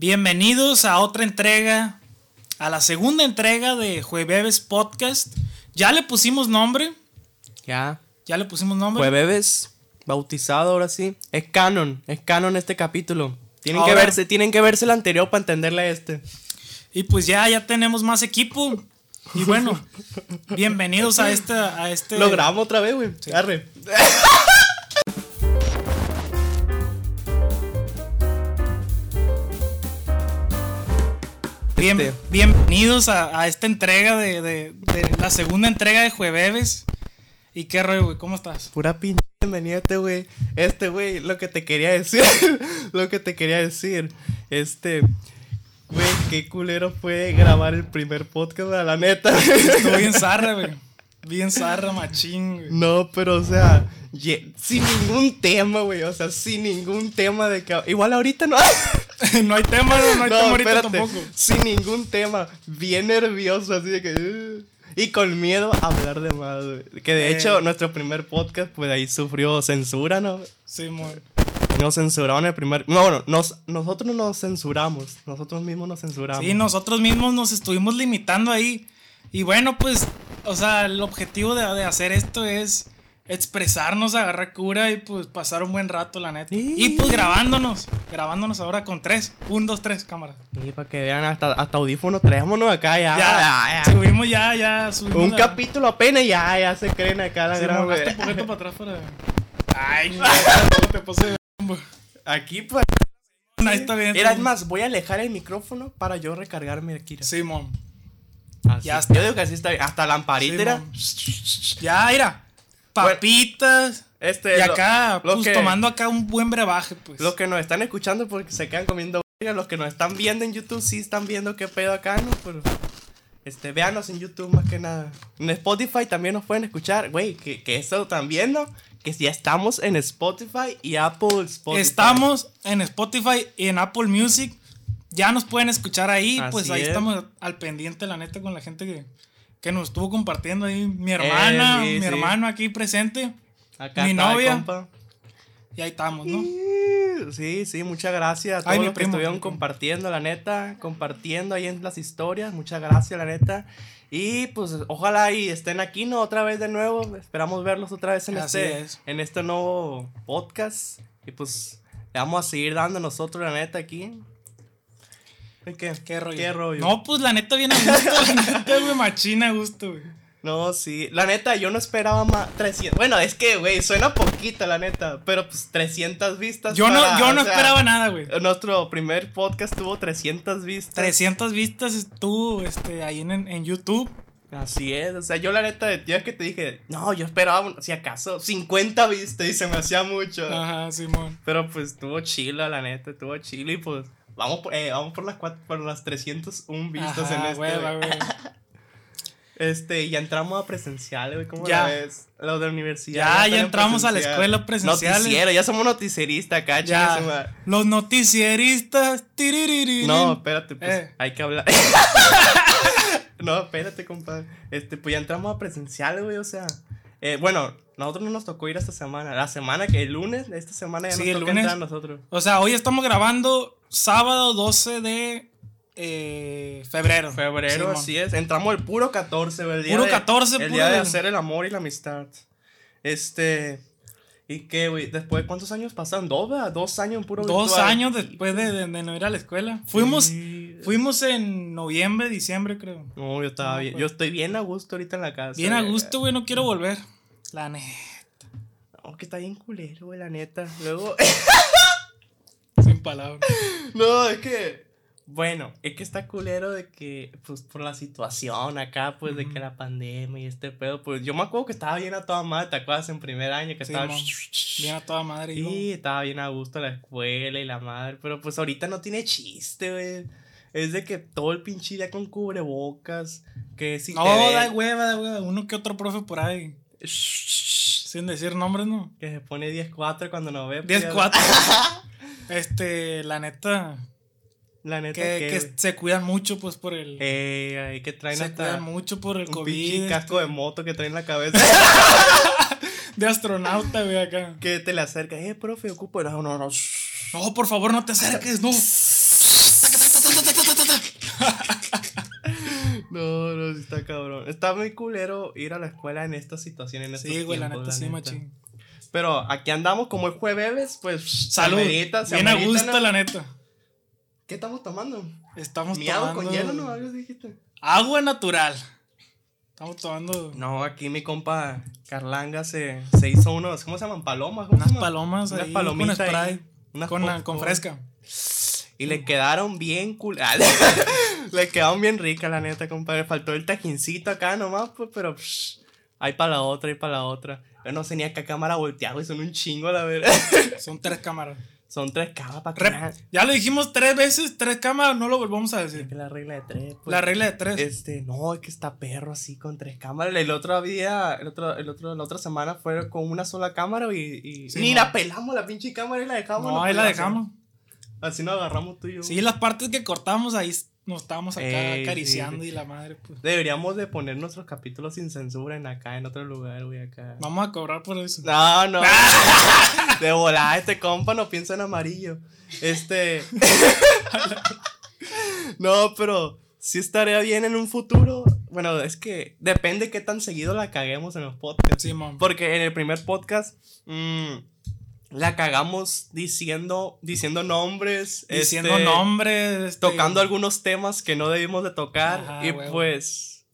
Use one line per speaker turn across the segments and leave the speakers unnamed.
Bienvenidos a otra entrega, a la segunda entrega de Jueves Podcast. Ya le pusimos nombre,
Ya.
ya le pusimos nombre.
Jueves, bautizado ahora sí. Es canon, es canon este capítulo. Tienen que
Ahora-
verse, tienen que verse el anterior para entenderle a este.
Y pues ya, ya tenemos más equipo. Y bueno, bienvenidos a, esta, a este...
Lo grabamos otra vez, güey. Arre.
Bien-
Este.
bienvenidos a, a esta entrega de, de- de la segunda entrega de Jueves. ¿Y qué rollo, güey? ¿Cómo estás?
Pura pinche bienvenida este, güey. Este, güey, lo que te quería decir. lo que te quería decir. Este. Güey, qué culero fue grabar el primer podcast, güey, la neta.
Estoy bien zarra, güey. Bien zarra, machín, güey.
No, pero o sea, ye- sin ningún tema, güey. O sea, sin ningún tema de que. Igual ahorita no.
No hay tema, güey, no hay tema
No,
ahorita
espérate.
tampoco.
Sin ningún tema. Bien nervioso, así de que. "Ugh". Y con miedo a hablar de más, güey. Que de
Eh.
hecho, nuestro primer podcast, pues ahí sufrió censura, ¿no?
Sí, amor.
Nos censuraron el primer. No, bueno, nos, nosotros nos censuramos. Nosotros mismos nos censuramos.
Sí, nosotros mismos nos estuvimos limitando ahí. Y bueno, pues, o sea, el objetivo de, de hacer esto es expresarnos, agarrar cura y pues pasar un buen rato, la neta.
Sí.
Y pues grabándonos, grabándonos ahora con tres, un, dos, tres cámaras.
Y para que vean, hasta, hasta audífonos traémonos acá
ya,
ya. ya, ya.
subimos ya, ya, subimos.
Un
la-
capítulo apenas y ya, ya se creen acá la
Sí,
gran,
mon,
güey.
hazte un poquito para atrás para. Ay, no, te puse de bombo.
Aquí, pues.
Ahí está bien.
Era, es más, voy a alejar el micrófono para yo recargarme aquí.
Simón.
Así.
Ya está.
Yo digo que así está bien. Hasta lamparita
Sí,
era.
mon. Ya, mira. Papitas.
Este,
y
lo-
acá,
lo
pues
que-
tomando acá un buen brebaje, pues.
Los que nos están escuchando porque se quedan comiendo verga, los que nos están viendo en YouTube sí están viendo qué pedo acá, ¿no? Pero, este, véanos en YouTube más que nada. En Spotify también nos pueden escuchar, güey, que, que eso también, ¿no? Que ya estamos en Spotify y Apple Spotify.
Estamos en Spotify y en Apple Music. Ya nos pueden escuchar ahí.
Así
pues ahí
es.
estamos al pendiente, la neta, con la gente que, que nos estuvo compartiendo ahí. Mi
Eh,
hermana,
sí,
mi
sí.
hermano aquí presente.
Acá
mi
está el
novia.
compa.
Y ahí estamos, Pues ¿no?
Sí, sí, muchas gracias a
Ay,
todos
mi
los que
primo,
estuvieron
mi primo.
compartiendo, la neta, compartiendo ahí en las historias, muchas gracias, la neta. Y pues ojalá y estén aquí, ¿no? Otra vez de nuevo, esperamos verlos otra vez en,
Así
este,
es.
en este nuevo podcast. Y pues le vamos a seguir dando nosotros, la neta, aquí. ¿Y ¿Qué,
Pues, ¿Qué rollo?
¿Qué rollo?
No, pues la neta viene a gusto. la neta, güey, machina a gusto, güey.
No, sí. La neta, yo no esperaba más 300. Bueno, es que, güey, suena poquito, la neta. Pero pues 300 vistas.
Yo no,
para-
yo no
o sea, eh,
esperaba nada, güey.
Nuestro primer podcast tuvo 300 vistas.
300 vistas estuvo este, ahí en, en YouTube.
Así es, o sea, yo la neta, yo es que te dije, no, yo esperaba, un- si acaso, 50 vistas y se me hacía mucho.
Ajá, Simón.
Pero pues estuvo chilo, la neta, estuvo chilo y pues vamos por, eh, vamos por las cuatro, por las 301 vistas en
Ajá,
este.
hueva,
güey.
güey.
Este, ya entramos a presenciales, güey, ¿cómo
Ya.
la ves? Lo de la universidad.
Ya, ya
están en
entramos a la escuela presenciales.
Noticiero, ya somos noticieristas acá, chinga su madre.
Ya. Los noticieristas. tiririririn.
No, espérate, pues
Eh.
hay que hablar. no, espérate, compadre. Este, pues ya entramos a presencial, güey, o sea. eh, bueno, nosotros no nos tocó ir esta semana. La semana que el lunes de esta semana ya
Sí, el
nos tocó
lunes.
entrar a nosotros.
O sea, hoy estamos grabando sábado 12 de eh, febrero.
Febrero,
Simón.
así es. Entramos el puro 14, güey. El día
Puro
de-
14,
El
puro
día de
del-
hacer el amor y la amistad. Este. ¿Y qué, güey? Después, ¿cuántos años pasaron? ¿Dos, verdad? Dos años en puro
Dos
virtual.
años después de, de- de no ir a la escuela. Fuimos,
Sí.
fuimos en noviembre, diciembre, creo.
No, yo estaba bien. Yo estoy bien a gusto ahorita en la casa.
pues. Bien a
güey.
gusto, güey, no quiero volver. La neta.
No, que está bien culero, güey, la neta. Luego.
Sin palabras.
no, es que. Bueno, es que está culero de que, pues, por la situación acá, pues, de que la pandemia y este pedo, pues, yo me acuerdo que estaba bien a toda madre, ¿te acuerdas? En primer año que
Sí,
estaba...
mon. Bien a toda madre. hijo.
Sí, estaba bien a gusto la escuela y la madre, pero pues ahorita no tiene chiste, güey. Es de que todo el pinche día con cubrebocas, que si
No,
te ven-
da hueva, da hueva. Uno que otro profe por ahí. Sin decir nombres, no.
que se pone 10-4 cuando no ve. pues,
10-4. este, la neta.
La neta
Que,
que...
que se cuidan mucho, pues, por el.
Eh, ahí que traen
se
hasta-
cuidan mucho por el
Un pinche
COVID.
casco de moto que trae en la cabeza.
De astronauta, güey, acá.
que te le acerca. Eh, profe, ocupo. No, no, no. shh.
No, por favor, no te acerques, no. Saca ta, ta.
No, no, sí está cabrón. Está muy culero ir a la escuela en esta situación, en estos
Sí, güey, la
tiempos,
neta sí,
neta.
machín.
Pero aquí andamos como el jueves, pues se
Salud.
amerita, se
Bien a
amerita,
gusto,
¿no?
la neta.
¿Qué estamos tomando?
Estamos
Miado
tomando
con hielo, ¿no? Algo dijiste.
agua natural. Estamos tomando
No, aquí mi compa Carlanga se, se hizo unos, ¿cómo se llaman? Palomas. ¿cómo se
unas
llaman?
palomas
Unas
ahí
palomitas
con
ahí,
spray,
unas
con,
Coca-Cola.
con fresca.
Y le quedaron bien cul... ah, le quedaron bien ricas, la neta, compadre. Faltó el tajincito acá nomás, pues, pero psh, hay para la otra, hay para la otra. Yo no sé ni a qué cámara voltear, güey, son un chingo, la verdad.
Son tres cámaras.
son tres cámaras para que,
Rep-
la-
ya lo dijimos tres veces, tres cámaras, no lo volvamos a decir.
que la regla de tres, pues.
La regla de tres.
Este, no, es que está perro así con tres cámaras. El otro día, el otro, el otro, la otra semana fue con una sola cámara y. y
Sí,
ni
no.
la pelamos la pinche cámara y la dejamos.
no, ahí la dejamos.
Así nos agarramos tú y yo.
Sí, las partes que cortamos ahí nos estábamos acá
Ey,
acariciando
Eh, sí,
y
sí.
la madre, pues.
Deberíamos de poner nuestros capítulos sin censura en acá, en otro lugar, güey, acá.
Vamos a cobrar por eso.
No, no. De volada, este compa no piensa en amarillo. Este. no, pero sí estaría bien en un futuro. Bueno, es que depende qué tan seguido la caguemos en los podcasts.
Sí, mam.
Porque en el primer podcast mm, la cagamos diciendo, diciendo nombres.
Diciendo
este,
nombres. este,
tocando algunos temas que no debimos de tocar.
Ajá,
y
huevo.
pues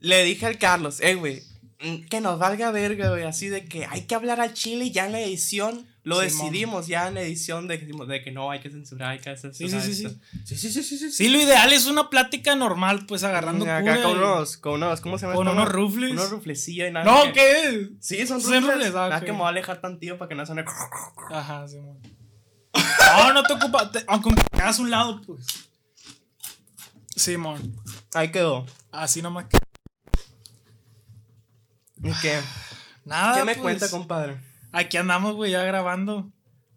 le dije al Carlos, eh, güey, mm, que nos valga verga, güey, así de que hay que hablar al chile y ya en la edición. Lo
Simón.
decidimos ya en la edición de, de que no hay que censurar, hay que
Sí,
censurar.
sí, sí, sí.
esto. sí, sí, sí, sí, sí.
Sí, lo ideal es una plática normal, pues agarrando
Acá
cura
con
y-
unos, con unos, ¿cómo se llama?
con
esta
unos
madre?
rufles.
Unos ruflecillos y nada.
No,
que-
¿qué?
Sí, son
Son
rufles.
rufles, ah,
nada
ok.
que me voy a alejar tantillo para que no suene.
Ajá, sí, mon. No, no te ocupas. te- aunque me hagas un lado, pues. Simón,
Ahí quedó.
así nomás. que-
¿Y qué?
Nada.
¿Qué me
pues,
cuenta, compadre?
Aquí andamos, güey, ya grabando.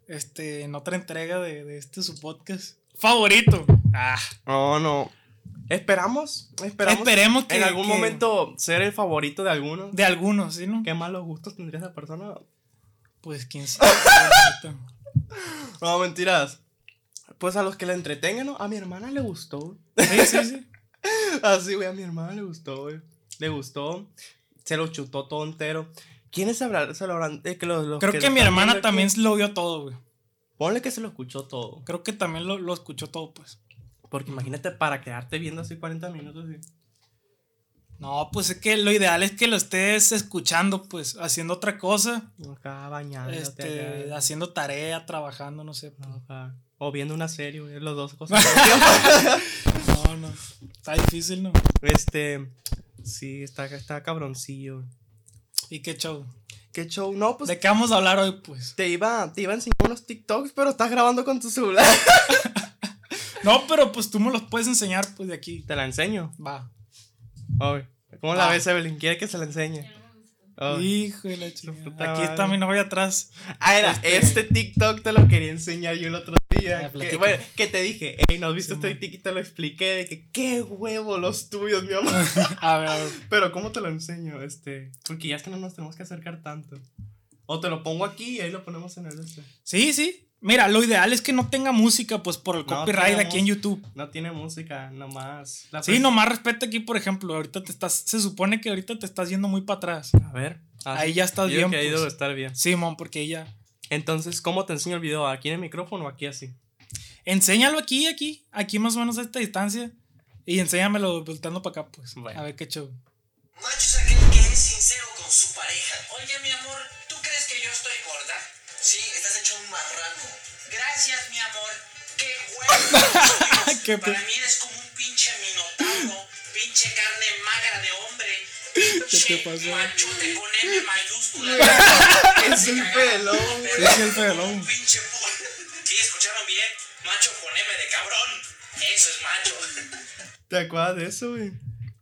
Este, en otra entrega de, de este su podcast. Favorito. Ah, Este
No, no. Esperamos, esperamos.
esperemos que.
en algún
que-
momento ser el favorito de alguno.
De algunos, ¿sí, no?
¿Qué malos gustos tendría esa persona?
Pues quién sabe. la neta.
No, mentiras. Pues a los que la entretengan, ¿no? A mi hermana le gustó. güey.
Sí, sí, sí.
Así, güey, a mi hermana le gustó, güey. Le gustó. Se lo chutó todo entero. ¿Quiénes habrá- se lo habrán.? eh, que los- los
Creo
lo
que,
están
mi hermana
viendo aquí?
también lo vio todo, güey.
Ponle que se lo escuchó todo.
Creo que también lo, lo escuchó todo, pues.
Porque imagínate para quedarte viendo así 40 minutos. y-
No, pues es que lo ideal es que lo estés escuchando, pues, haciendo otra cosa.
Acá bañándote.
este,
acá.
haciendo tarea, trabajando, no sé. pues.
Ajá. O viendo una serie, güey. Los dos cosas.
No, no. Está difícil, ¿no?
este. Sí, está, está cabroncillo.
¿Y qué show?
¿Qué show? No, pues
¿De qué vamos a hablar hoy, pues?
te iba, te iba a enseñar unos TikToks, pero estás grabando con tu celular.
No, pero pues tú me los puedes enseñar, pues, de aquí.
Te la enseño.
Va.
Ay, ¿Cómo la
Ah.
ves, Evelyn? ¿Quiere que se la enseñe? Ay.
Hijo de la
puta
chingada. Ah. Aquí está
madre.
mi novia atrás.
Ah, era,
Este-
este TikTok te lo quería enseñar yo el otro
Ya,
día. Que,
platica.
bueno, que te dije, hey, ¿no has visto este TikTok? Y Te lo expliqué de que, qué huevo los tuyos, mi amor.
A ver, a ver.
Pero, ¿cómo te lo enseño? Este, porque ya es que no nos tenemos que acercar tanto. O te lo pongo aquí y ahí lo ponemos en el este.
Sí, sí. Mira, lo ideal es que no tenga música, pues, por el
No,
copyright
tenemos-
aquí en YouTube.
No tiene música, nomás. La
Sí,
pres-
nomás respeta aquí, por ejemplo, ahorita te estás, se supone que ahorita te estás yendo muy para atrás.
A ver.
Ahí ya estás bien,
Que ahí
pues.
debe estar bien.
Simón, porque ella.
Entonces, ¿cómo te enseño el video? ¿Aquí en el micrófono o aquí así?
Enséñalo aquí, aquí, aquí más o menos a esta distancia. Y enséñamelo volteando para acá, pues.
Bueno.
A ver qué show.
Macho es aquel que es sincero con su pareja. Oye, mi amor, ¿tú crees que yo estoy gorda? Sí, estás hecho un marrano. Gracias, mi amor. ¡Qué
Qué
huevo!
pe-
Para mí eres como un pinche minotauro, pinche carne magra de hombre, pinche
pasó?
machote con M mayúscula.
Es un pelón.
Sí, sí, el pelón.
Pinche pu- Sí, escucharon bien. Macho con M de cabrón. Eso es macho.
¿Te acuerdas de eso, güey?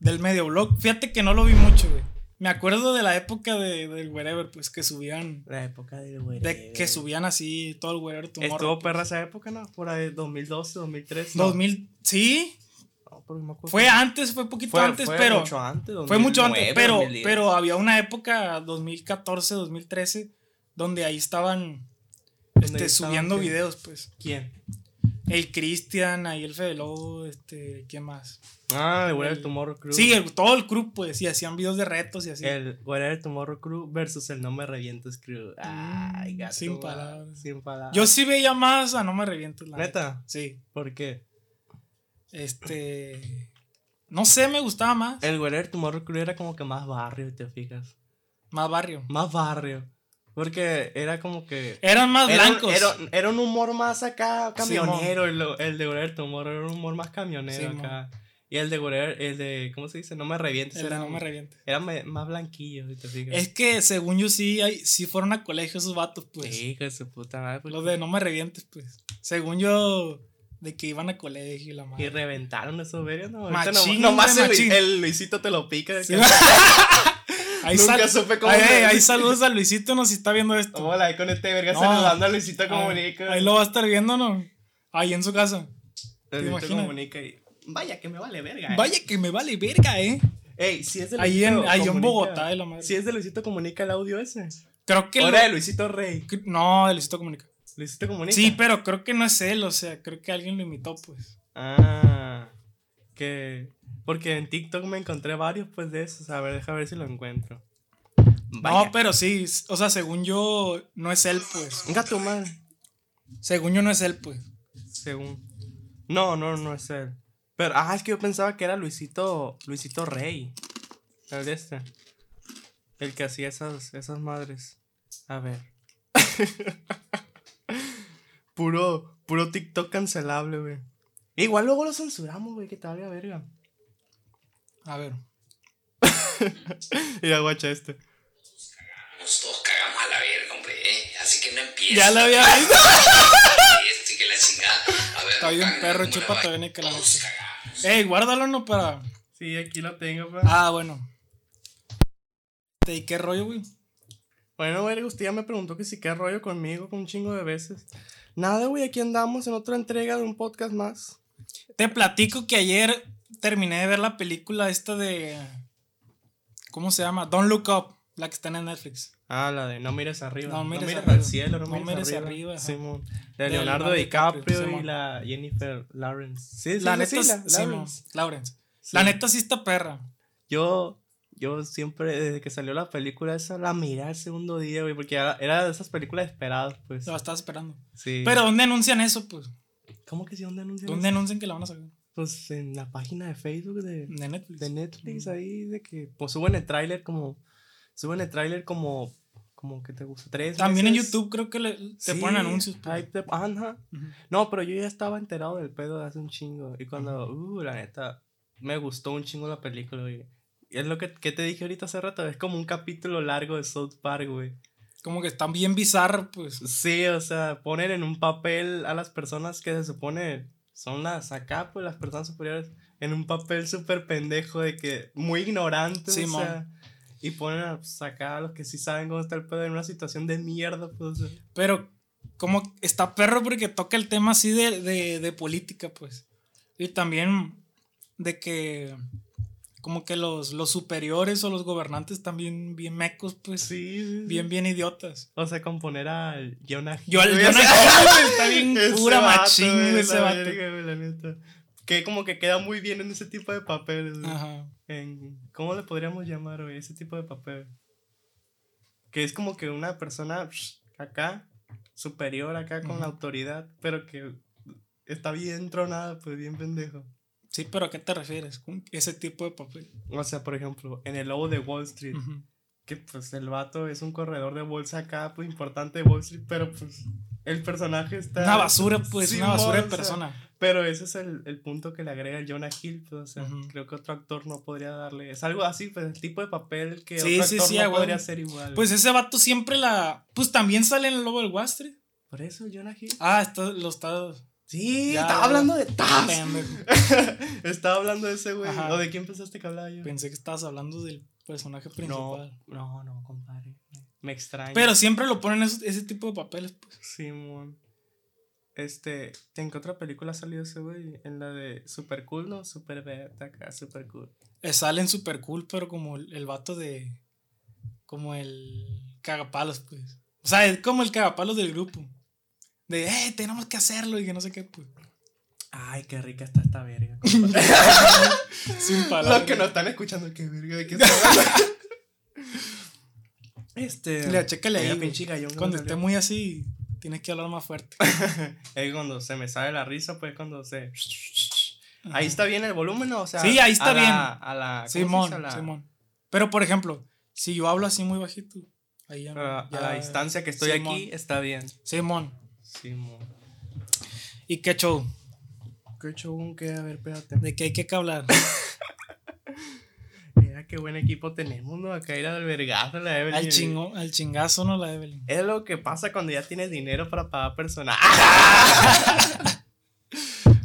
Del medio blog. Fíjate que no lo vi mucho, güey. Me acuerdo de la época de, del wherever, pues que subían.
La época del güey.
De que subían así todo el wherever tu
Estuvo
morro.
perra esa época, ¿no? Por ahí, 2012, 2013. No.
2000. Sí,
No, pero no me acuerdo.
fue antes, fue poquito
Fue-
antes,
fue
pero.
mucho antes.
Fue mucho antes,
2009,
pero,
2010.
pero había una época 2014, 2013, donde ahí estaban
¿Dónde
este,
estaban,
subiendo
qué?
videos, pues.
¿Quién?
el Cristian, ahí el Fede Lobo, este, ¿quién más?
Ah, el Whatever Tomorrow Crew.
Sí, el- todo el crew, pues, y hacían videos de retos y así.
El Whatever Tomorrow Crew versus el No Me Revientes Crew. Ay,
Mm,
gato.
sin
madre,
palabras.
Sin palabras.
Yo sí veía más a No Me Revientes, la neta.
¿Neta?
Sí,
¿Por qué?
este, no sé, me gustaba más,
El Whatever Tomorrow Crew era como que más barrio, te fijas.
más barrio.
Más barrio. Porque era como que.
Eran más
Era un-
blancos.
Era, era un humor más acá,
Simón.
camionero. el, el de Whatever Tomorrow era un humor más camionero
Simón.
acá. Y el de Whatever, el de. ¿Cómo se dice? No me revientes.
el de
era,
No Me Este, Revientes.
era me- más blanquillo, si te fijas.
Es que según yo sí, hay, sí fueron a colegio esos vatos, pues.
Sí, hijo de su puta madre. pues,
Los de No Me Revientes, pues. Según yo, de que iban a colegio y la
Y
madre.
reventaron esos vergas. No, Ahorita
Machín,
no- nomás
güey,
el, Lu-
machín.
el Luisito te lo pica. de
Sí.
que-
ahí
Nunca
sal-
supe cómo
Ay,
se-
ay, ahí saludos a Luisito, nos está viendo esto.
Hola, ahí con este verga
No.
saludando a Luisito
ahí,
Comunica.
ahí lo va a estar viendo, ¿no? Ahí en su casa.
Luisito
imaginas?
Comunica y. Vaya, que me vale verga. eh.
Vaya que me vale verga, ¿eh?
Ey, si es de
Ahí en,
Luisito
ahí en
Comunica-
Bogotá, de la madre.
Si es de Luisito Comunica el audio ese.
Creo que...
Ahora de
lo-
Luisito Rey.
que- No, de Luisito Comunica.
Luisito Comunica.
Sí, pero creo que no es él, o sea, creo que alguien lo imitó, pues.
Ah. Que. Porque en TikTok me encontré varios pues de esos. A ver, deja ver si lo encuentro.
No, pero sí, s- o sea, según yo, no es él, pues.
Venga tu madre.
Según yo, no es él, pues.
Según. No, no, no es él. Pero, ah, es que yo pensaba que era Luisito, Luisito Rey. El de este. El que hacía esas, esas madres. A ver. puro, puro TikTok cancelable, güey. Igual luego lo censuramos, güey, que te valga verga.
A ver.
Y guacha este.
Nos todos cagamos a la verga, hombre, ¿eh? Así que no empieces.
Ya la había visto.
Este, que la chingada. A ver,
Está
no
bien,
cagan
perro,
como la
chúpate,
vaca.
ven que la
Todos
noche.
cagamos.
Ey, guárdalo, ¿no? Para...
Sí, aquí lo tengo, güey.
Ah, bueno. Este, ¿Y qué rollo, güey?
Bueno, güey, usted ya me preguntó que si qué rollo conmigo con un chingo de veces. Nada, güey, aquí andamos en otra entrega de un podcast más.
Te platico que ayer terminé de ver la película esta de... ¿Cómo se llama? Don't Look Up, la que está en el Netflix.
Ah, la de no mires arriba.
No mires
al
arriba.
cielo, no,
No
mires,
mires
arriba.
arriba, ajá.
Simón. La de
De
Leonardo
Leonardo
DiCaprio,
DiCaprio,
y
Simón.
la Jennifer Lawrence. Sí, sí,
La
sí,
neta,
sí,
sí,
la
Simón,
Lawrence.
Lawrence.
Sí.
La neta sí está perra.
Yo, yo siempre, desde que salió la película esa, la miré el segundo día, güey, porque era, era de esas películas esperadas, pues.
La estaba esperando.
Sí.
Pero ¿dónde anuncian eso, pues?
¿Cómo que sí? ¿Dónde anuncian
¿Dónde
eso?
anuncian que la van a sacar?
Pues en la página de Facebook de,
De Netflix.
de Netflix,
Mm.
ahí, de que, pues suben el tráiler como, suben el tráiler como, como que te gusta, tres
También en
veces.
YouTube creo que le- te
Sí,
ponen anuncios. pues.
ahí te- ajá.
Ujú.
No, pero yo ya estaba enterado del pedo de hace un chingo. Y cuando, uh, la neta, me gustó un chingo la película, güey. Y es lo que, que te dije ahorita hace rato, es como un capítulo largo de South Park, güey.
Como que están bien bizarros, pues.
Sí, o sea, ponen en un papel a las personas que se supone son las acá, pues las personas superiores, en un papel súper pendejo de que muy ignorantes, o
Simón.
sea. Y ponen a, pues, acá a los que sí saben cómo está el pedo en una situación de mierda, pues. o sea.
Pero como está perro porque toca el tema así de, de, de política, pues. Y también de que como que los, los superiores o los gobernantes también bien mecos, pues.
Sí, sí, sí.
Bien, bien idiotas.
O sea, componer al Jonah Hill.
Yo al
güey,
Jonah
o sea,
Hill, güey, está bien
ese
pura
vato,
machín, güey,
güey,
ese
la
vato.
verga, güey, la neta. Que como que queda muy bien en ese tipo de papeles. güey.
Ajá.
En- ¿Cómo le podríamos llamar, güey? Ese tipo de papel. Que es como que una persona psh, acá, superior acá con
Ujú.
la autoridad, pero que está bien tronada, pues bien pendejo.
Sí, pero ¿a qué te refieres? Con ese tipo de papel.
O sea, por ejemplo, en el lobo de Wall Street.
Ujú.
que pues el vato es un corredor de bolsa acá, pues importante de Wall Street, pero pues el personaje está...
Una basura, pues,
Sí,
una basura
Ah, o
de
sea,
persona.
Pero ese es el, el punto que le agrega el Jonah Hill, pues, o sea,
Ujú.
creo que otro actor no podría darle... Es algo así, pues el tipo de papel que
Sí,
otro
sí,
actor
sí,
no
a huevo.
podría hacer igual.
Pues ese vato siempre la... Pues también sale en el Lobo del Wall Street.
Por eso Jonah Hill...
Ah, está, lo está...
Sí,
Ya,
estaba
ya.
hablando de Taz.
pendejo.
estaba hablando de ese güey.
Ajá.
¿O de quién pensaste que hablaba yo?
Pensé que estabas hablando del personaje
No,
principal.
no, no, compadre. Me extraña.
Pero siempre lo ponen esos- ese tipo de papeles. pues.
Simón. Este, ¿en qué otra película ha salido ese güey? En la de Super Cool, ¿no? Super Bad, acá, Super Cool.
Eh, salen super cool, pero como el, el vato de. Como el cagapalos, pues. O sea, es como el cagapalos del grupo. De, eh, tenemos que hacerlo y que no sé qué, pues.
Ay, qué rica está esta verga.
Sin
Los
palabras.
que nos están escuchando, qué verga, de qué se habla? Este.
Mira, chécale ahí,
mira,
güey.
pinche gallón que
Cuando
me salió.
esté muy así, tienes que hablar más fuerte.
Es cuando se me sale la risa, pues cuando se. Ahí está bien el volumen, ¿no? o sea.
Sí, ahí está
a la-
bien.
a la. ¿cómo se
Simón,
dice? A la-
Simón. Pero por ejemplo, si yo hablo así muy bajito, ahí ya, no-
a- a
ya-
la distancia que estoy
Simón.
aquí, está bien.
Simón.
Simón.
¿Y qué show?
Qué chugón que, a ver, espérate.
¿De qué hay que hablar?
Mira qué buen equipo tenemos, ¿no? Acá ir al vergazo, la Evelyn.
al chingo, al chingazo, ¿no? La Evelyn.
Es lo que pasa cuando ya tienes dinero para pagar personal.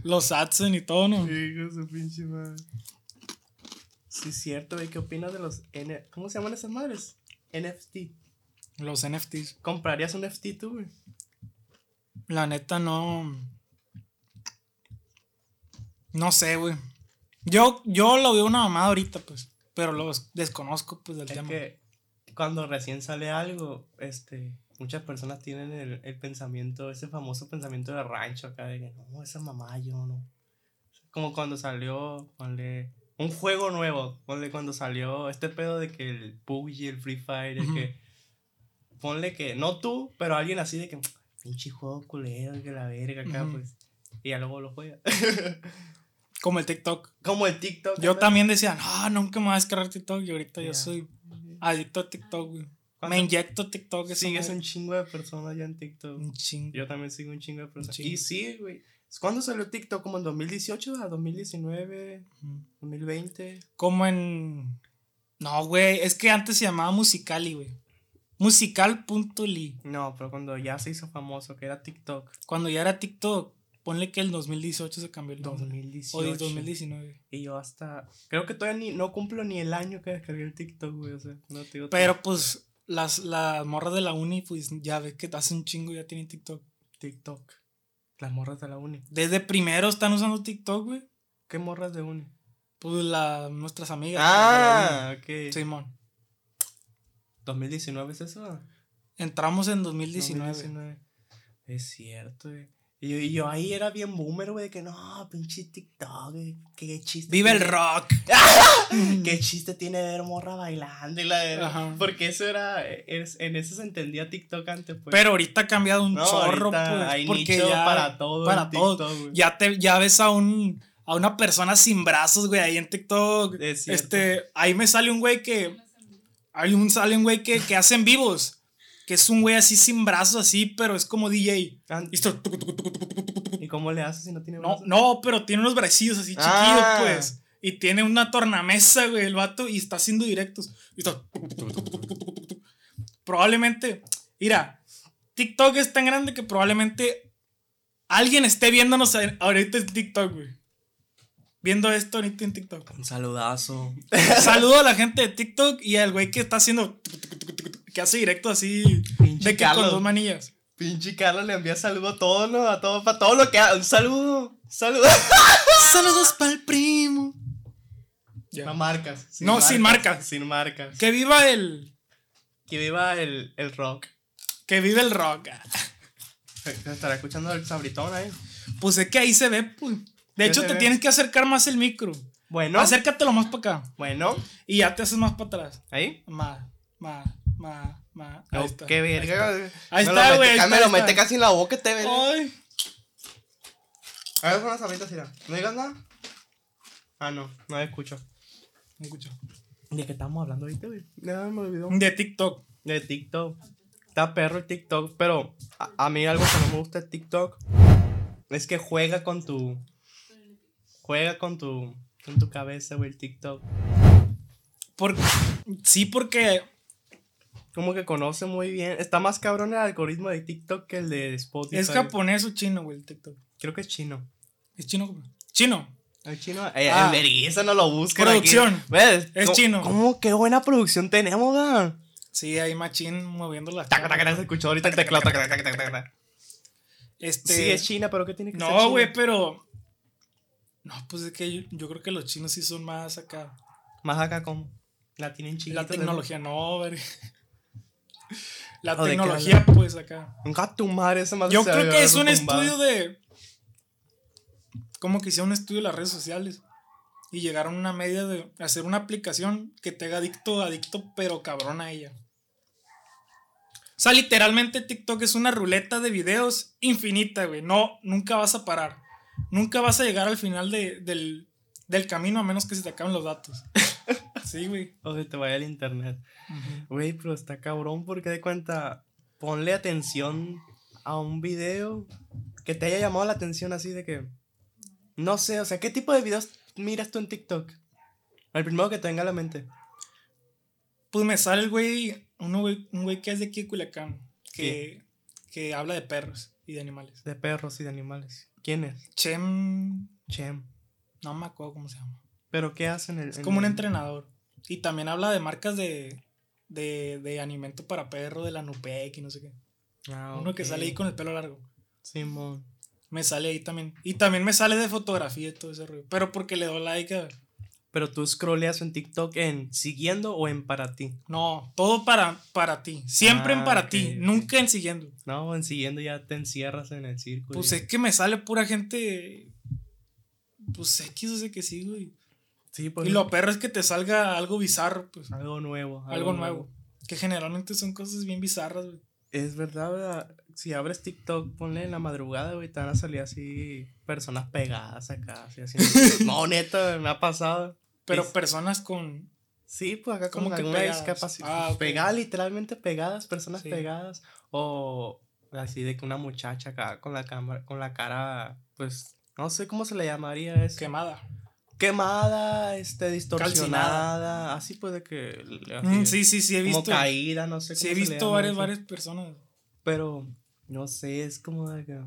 Los Adsen y todo, ¿no?
Hijo de su pinche madre. Sí, es cierto, güey. ¿Qué opinas de los N... ¿Cómo se llaman esas madres? NFT.
Los NFTs.
¿Comprarías un NFT tú, güey?
La neta no. No sé, güey. Yo, yo lo veo una mamada ahorita, pues. Pero los desconozco, pues, del
Es
tema.
que cuando recién sale algo, este, muchas personas tienen el, el pensamiento, ese famoso pensamiento de rancho acá, de que no, esa mamá yo no. Como cuando salió, ponle, un juego nuevo, ponle cuando salió este pedo de que el PUBG, el Free Fire, el
Ujú.
que, ponle que, no tú, pero alguien así de que, pinche juego culero, que la verga acá,
Ujú.
pues. Y ya luego lo juega.
Como el TikTok.
Como el TikTok.
Yo
¿no?
también decía, no, nunca me voy a descargar TikTok. Y ahorita
Ya.
yo soy adicto a TikTok, güey. Me
¿Cuánto-
inyecto TikTok. esa
Sigues
madre.
un chingo de personas ya en TikTok.
un chingo.
Yo también sigo un chingo de personas.
chingo.
Y sí, güey. ¿Cuándo salió TikTok? ¿Como en 2018? ¿A 2019? ¿2020?
Como en. No, güey. Es que antes se llamaba Musicali, güey. Musical.ly.
No, pero cuando ya se hizo famoso, que era TikTok.
Cuando ya era TikTok, ponle que el 2018 se cambió el nombre.
2018.
O el 2019.
Y yo hasta. Creo que todavía ni, no cumplo ni el año que descargué el TikTok, güey. O sea, no te digo.
Pero pues las, las morras de la uni, pues ya ves que hace un chingo ya tienen TikTok.
TikTok. Las morras de la uni.
Desde primero están usando TikTok, güey.
¿Qué morras de uni?
Pues la, nuestras amigas.
Ah,
de la uni.
ok.
Simón.
2019 es eso.
Entramos en 2019.
2019. Es cierto, güey. Y yo, y yo ahí era bien boomer, güey, de que no, pinche TikTok, güey, qué chiste.
¡Vive el
tiene-
rock!
¿Qué chiste tiene ver morra bailando? Y la de-
Ajá.
Porque eso era. es- en eso se entendía TikTok antes, pues.
Pero ahorita ha cambiado un
No,
chorro,
ahorita
pues,
hay
porque
nicho
ya
para todo
para
en TikTok,
todo.
güey.
Ya te ya ves a un a una persona sin brazos, güey, ahí en TikTok.
Es cierto.
Este, ahí me sale un güey que hay un sale un güey que, que hacen vivos, que es un güey así sin brazos así, pero es como DJ.
An-
Y esto, tucu, tucu, tucu, tucu, tucu, tucu, tucu.
¿Y cómo le haces si no tiene
No,
brazos?
no, pero tiene unos bracillos así chiquitos,
Ah.
pues. Y tiene una tornamesa, güey, el vato, y está haciendo directos. Y está- Probablemente, mira, TikTok es tan grande que probablemente alguien esté viéndonos a- ahorita en TikTok, güey. Viendo esto ahorita en TikTok.
Un saludazo.
Saludo a la gente de TikTok y al güey que está haciendo. que hace directo así.
Pinche
de que con
Carlos.
dos manillas.
Pinche Carlos le envía saludo a todos, ¿no? A todo, para todo lo que. ha- Un saludo. Un saludo.
Saludos para el primo. Ya.
No marcas.
No, sin marcas.
Sin marcas.
Que viva el.
Que viva el, el rock.
Que vive el rock.
Se estará escuchando el sabritón ahí.
Pues es que ahí se ve, pues. De
¿Qué
hecho,
se
te
ve?
tienes que acercar más el micro.
Bueno.
Acércatelo más para acá.
Bueno.
Y ya te haces más para atrás.
Ahí.
Más, más, más, más.
Oh,
Ahí está.
Qué verga.
Ahí
Me
está,
lo
güey, ahí
mete-
está,
Me lo
ahí
mete
está.
casi en la boca te verga.
Ay,
A ver, son las sabritas, mira. ¿No digas nada? Ah, no. No escucho.
me escucho.
¿De qué estamos hablando ahorita, güey? No, me olvidó.
De TikTok.
De TikTok. Está perro el TikTok, pero a, a mí algo que no me gusta de TikTok es que juega con tu. Juega con tu. Con tu cabeza, güey, el TikTok.
Porque, sí, porque
Como que conoce muy bien. Está más cabrón el algoritmo de TikTok que el de Spotify.
es japonés o chino, güey, el TikTok.
Creo que es chino.
Es chino. güey. Chino.
El chino. Eh,
Ah.
el vergüenza no lo busquen.
Producción.
aquí. ¿Ves?
Es
¿Cómo-
chino.
¿Cómo? Qué buena producción tenemos, güey.
Sí, ahí machín moviendo las
Taca, taca,
chavas.
taca, se escuchó ahorita el teclado. taca, taca, taca, taca, taca.
Este,
Sí, es china, pero ¿qué tiene que ser?
No,
china?
güey, pero. No, pues es que yo, yo creo que los chinos sí son más acá.
Más acá, ¿cómo? La tienen china.
la tecnología, no, ver. La
¿O de qué
tecnología, pues acá.
Un gato madre, esa madre
Yo
se
creo
va a
que es un
derrumbar.
estudio de. como que hicieron un estudio de las redes sociales y llegaron a una media de hacer una aplicación que te haga adicto, adicto, pero cabrón a ella. O sea, literalmente TikTok es una ruleta de videos infinita, güey. No, nunca vas a parar. Nunca vas a llegar al final de- del, del camino a menos que se te acaben los datos. Sí, güey.
O se te vaya el internet. Güey, pero está cabrón porque de cuenta, ponle atención a un video que te haya llamado la atención así de que... No sé, o sea, ¿qué tipo de videos miras tú en TikTok? El primero que te venga a la mente.
Pues me sale el güey, uno güey- un güey que es de aquí de Culiacán, que, que habla de perros y de animales.
De perros y de animales. ¿Quién es?
Chem,
Chem.
no me acuerdo cómo se llama.
¿Pero qué hacen?
Es como un entrenador. Y también habla de marcas de, de, de alimento para perro, de la Nupec y no sé qué.
Ah,
Uno que sale ahí con el pelo largo.
Simón.
Me sale ahí también. Y también me sale de fotografía y todo ese rollo. Pero porque le doy like a...
Pero tú scrolleas en TikTok en siguiendo o en para ti.
No, todo para, para ti. Siempre
Ah,
en para
ok,
ti,
ok.
nunca en siguiendo.
No, en siguiendo ya te encierras en el círculo.
Pues es que me sale pura gente... Pues X, o sea que sí, güey.
Sí, pues,
y lo perro es que te salga algo bizarro, pues. Algo,
Algo nuevo.
nuevo. Que generalmente son cosas bien bizarras, güey.
Es verdad, ¿verdad? Si abres TikTok, ponle en la madrugada, güey, te van a salir así personas pegadas acá, así haciendo... no, neta, me ha pasado.
Pero
Es-
personas con...
Sí, pues acá como
Como
que
que
alguna
pegadas.
discapacidad.
Ah, ok.
Pegadas, literalmente pegadas, personas
Sí.
pegadas. O así de que una muchacha acá con la cámara, con la cara, pues, no sé cómo se le llamaría eso.
quemada.
Quemada, este, distorsionada. Así pues de que. así
Mm,
de-
sí, sí, sí, he
como
visto.
caída, no sé
Sí, he
cómo se le
visto
llama
varias,
eso.
varias personas.
Pero, no sé, es como de que.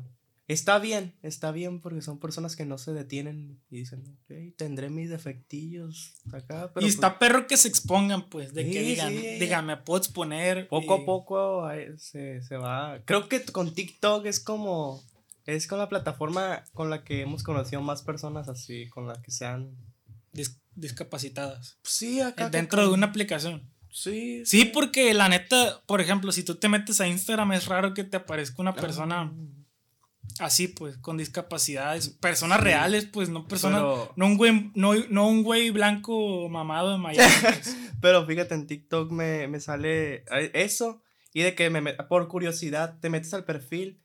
Está bien, está bien, porque son personas que no se detienen y dicen, ok, tendré mis defectillos acá,
y
pero. pues,
está perro que se expongan, pues, de
Sí,
que digan,
sí.
digan, me puedo exponer.
pues, Poco
y-
a poco ahí se, se va. Creo que con TikTok es como. Es con la plataforma con la que hemos conocido más personas así, con la que sean.
dis- discapacitadas.
Sí, acá. que
Dentro
con-
de una aplicación.
Sí.
Sí, porque la neta, por ejemplo, si tú te metes a Instagram, es raro que te aparezca
Ah,
una persona así, pues, con discapacidades. Personas
Sí.
reales, pues, no personas.
Pero-
No un güey, no, no un güey blanco mamado de Miami. pues.
Pero fíjate, en TikTok me, me sale eh, eso. Y de que me met- por curiosidad te metes al perfil,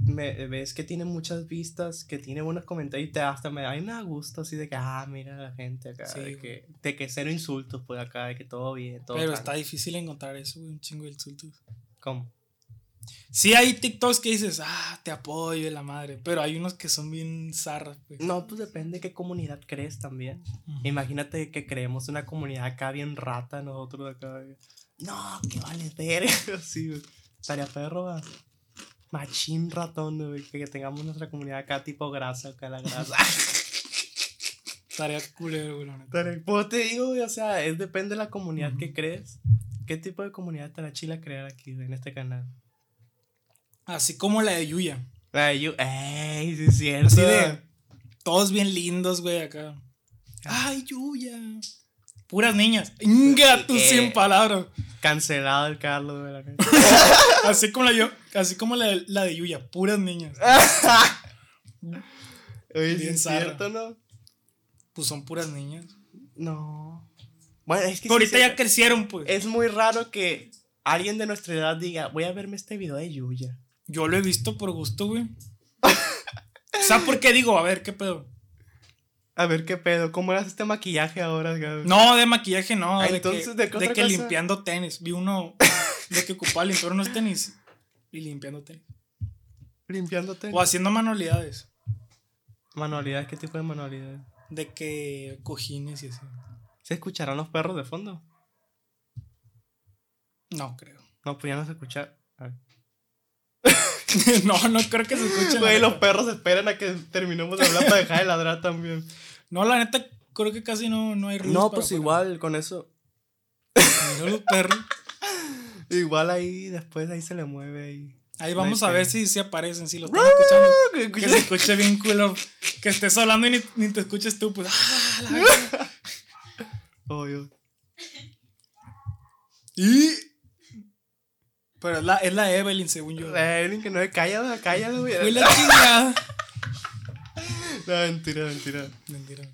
me, ves que tiene muchas vistas, que tiene buenos comentarios y te hasta me da me da gusto así de que, ah, mira la gente acá,
Sí,
de,
güey.
que, de que cero insultos pues acá, de que todo bien, todo
Pero
tranqui.
está difícil encontrar eso, güey, un chingo de insultos.
¿Cómo?
Sí hay TikToks que dices, ah, te apoyo y la madre, pero hay unos que son bien zarras, pues.
No, pues depende de qué comunidad crees también.
Ujú.
Imagínate que creemos una comunidad acá bien rata nosotros acá. eh. No, que vale verga. Sí, güey. Estaría perro, va. Machín ratón, güey. Que tengamos nuestra comunidad acá tipo grasa, acá la grasa.
Tarea culero, güey, la neta.
Estaría- pues te digo, güey, o sea, es depende de la comunidad que crees. ¿Qué tipo de comunidad estará chila crear aquí en este canal?
Así como la de Yuya.
Ay, yo, ey, sí es cierto.
Así de. Todos bien lindos, güey, acá. Ay, Yuya. Puras niñas. Inga, tú
Eh.
sin palabras.
Cancelado el Carlos, güey. la neta.
Así como la, yo, así como la, la de Yuya, puras niñas.
Oye, sí
Bien
es
zarra.
cierto, ¿no?
Pues son puras niñas.
No. Bueno, es que
Pero ahorita
sí es
ya crecieron, pues.
Es muy raro que alguien de nuestra edad diga, voy a verme este video de Yuya.
Yo lo he visto por gusto, güey. o sea, porque digo, a ver, ¿qué pedo?
A ver qué pedo, ¿cómo eras este maquillaje ahora? Gaby?
No, de maquillaje no.
Ah,
de
entonces,
que,
¿de qué otra
que
cosa?
limpiando tenis. Vi uno de que ocupaba limpiar unos tenis y limpiando tenis.
Limpiándote.
O haciendo manualidades.
Manualidad, ¿qué tipo de manualidad?
De que cojines y así.
¿Se escucharán los perros de fondo?
No creo.
No, pues ya no se escucha. A ver.
no, no creo que se escuche. la
Güey, los
neta.
perros esperan a que terminemos de hablar para dejar de ladrar también.
No, la neta, creo que casi no, no hay ruido.
No, pues igual, con eso.
los perros.
Igual ahí, después ahí se le mueve ahí.
Ahí
No
vamos
hay
a ver
pedo.
si, si aparecen, si lo están escuchando. Que se
¿Qué-
escuche bien culo. Que estés hablando y ni, ni te escuches tú, pues. ¡ah, la verga!
Obvio.
Y. Pero es la, es la Evelyn, según yo.
La Evelyn que no, cállala, cállala, güey.
Fue la chingada.
No, mentira, mentira.
Mentira, mentira.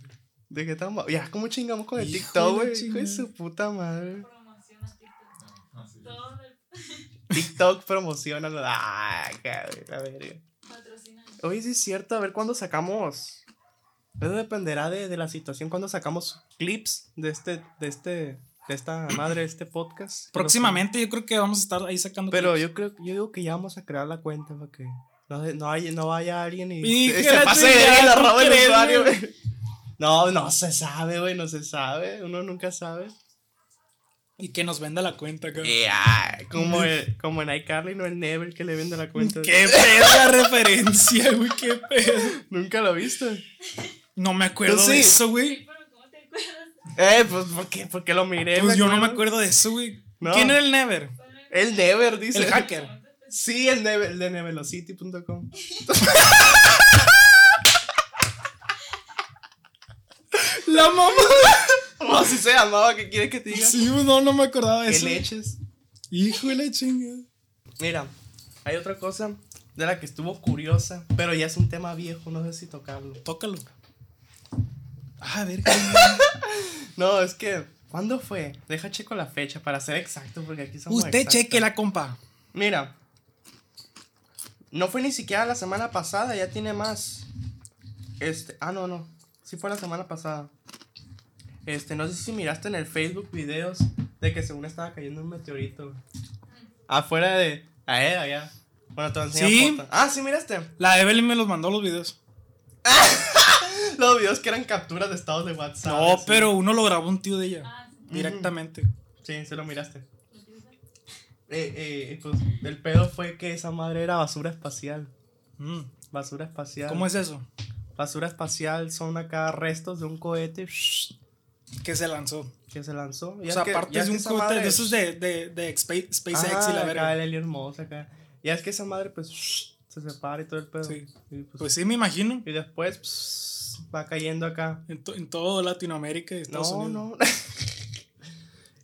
¿De qué estamos? Ya, ¿cómo chingamos con el
Hijo
TikTok,
de
güey? Hijo
chingada.
de su puta madre.
Promoción a TikTok.
Ah, Así es.
Todo el
TikTok promociona. lo- Ah, cabrón, la verga.
patrocinado.
Oye, sí es cierto, a ver cuándo sacamos. Eso dependerá de, de la situación, cuándo sacamos clips de este, de este, de esta madre, de este podcast.
Próximamente yo creo que vamos a estar ahí sacando.
Pero
clips.
yo creo, yo digo que ya vamos a crear la cuenta para que no, de- no, haya, no vaya alguien y,
Y
y
que la chingada,
verga y le
¿tú
robe
crees, güey?
güey. No, no se sabe, güey, no se sabe, uno nunca sabe.
Y que nos venda la cuenta, cabrón.
Y, ah, como, el- como en iCarly, no el Never que le vende la cuenta.
Qué pedo la referencia, güey, qué pedo.
¿Nunca lo viste?
No me acuerdo
Pues sí.
de eso,
Sí,
güey.
pero ¿cómo te acuerdas?
Eh, pues, ¿por qué? Porque lo miré.
Pues yo no me acuerdo de eso, güey.
No.
¿Quién era el Never?
El Never, dice.
El hacker.
Sí, el, neve- el de nevelocity.com.
La mamá.
O así se llamaba, ¿qué quieres que te diga?
Sí, no, no me acordaba de
¿Qué
eso.
leches?
Hijo de la chingada.
Mira, hay otra cosa de la que estuvo curiosa, pero ya es un tema viejo, no sé si tocarlo.
Tócalo. Ah, a ver, qué-
No, es que, ¿cuándo fue? Deja checo la fecha para ser exacto, porque aquí somos
Usted
exactos.
cheque la compa.
Mira, no fue ni siquiera la semana pasada, ya tiene más. Este, ah, no, no. Sí fue la semana pasada. Este, no sé si miraste en el Facebook videos de que según estaba cayendo un meteorito. güey. Afuera de. Ah, eh, allá. Bueno, te voy a enseñar
Sí.
foto. Ah, sí, miraste.
La Evelyn me los mandó los videos.
Los videos que eran capturas de estados de WhatsApp.
No,
así.
pero uno lo grabó un tío de ella.
Ah, sí.
Directamente.
Sí, sí lo miraste.
¿Lo utilizas?
Eh, eh, pues el pedo fue que esa madre era basura espacial.
Mm.
Basura espacial.
¿Cómo es eso?
Basura espacial son acá restos de un cohete shh,
Que se lanzó.
que se lanzó.
o sea, aparte es de un cohete de esos de, de, de Expa- SpaceX y la verga.
el helio hermoso acá. Ya es que esa madre, pues, shh, se separa y todo el pedo.
Sí.
Y, pues,
Pues sí, me imagino.
y después pss, va cayendo acá.
En, to- en todo Latinoamérica y Estados
no,
Unidos.
no.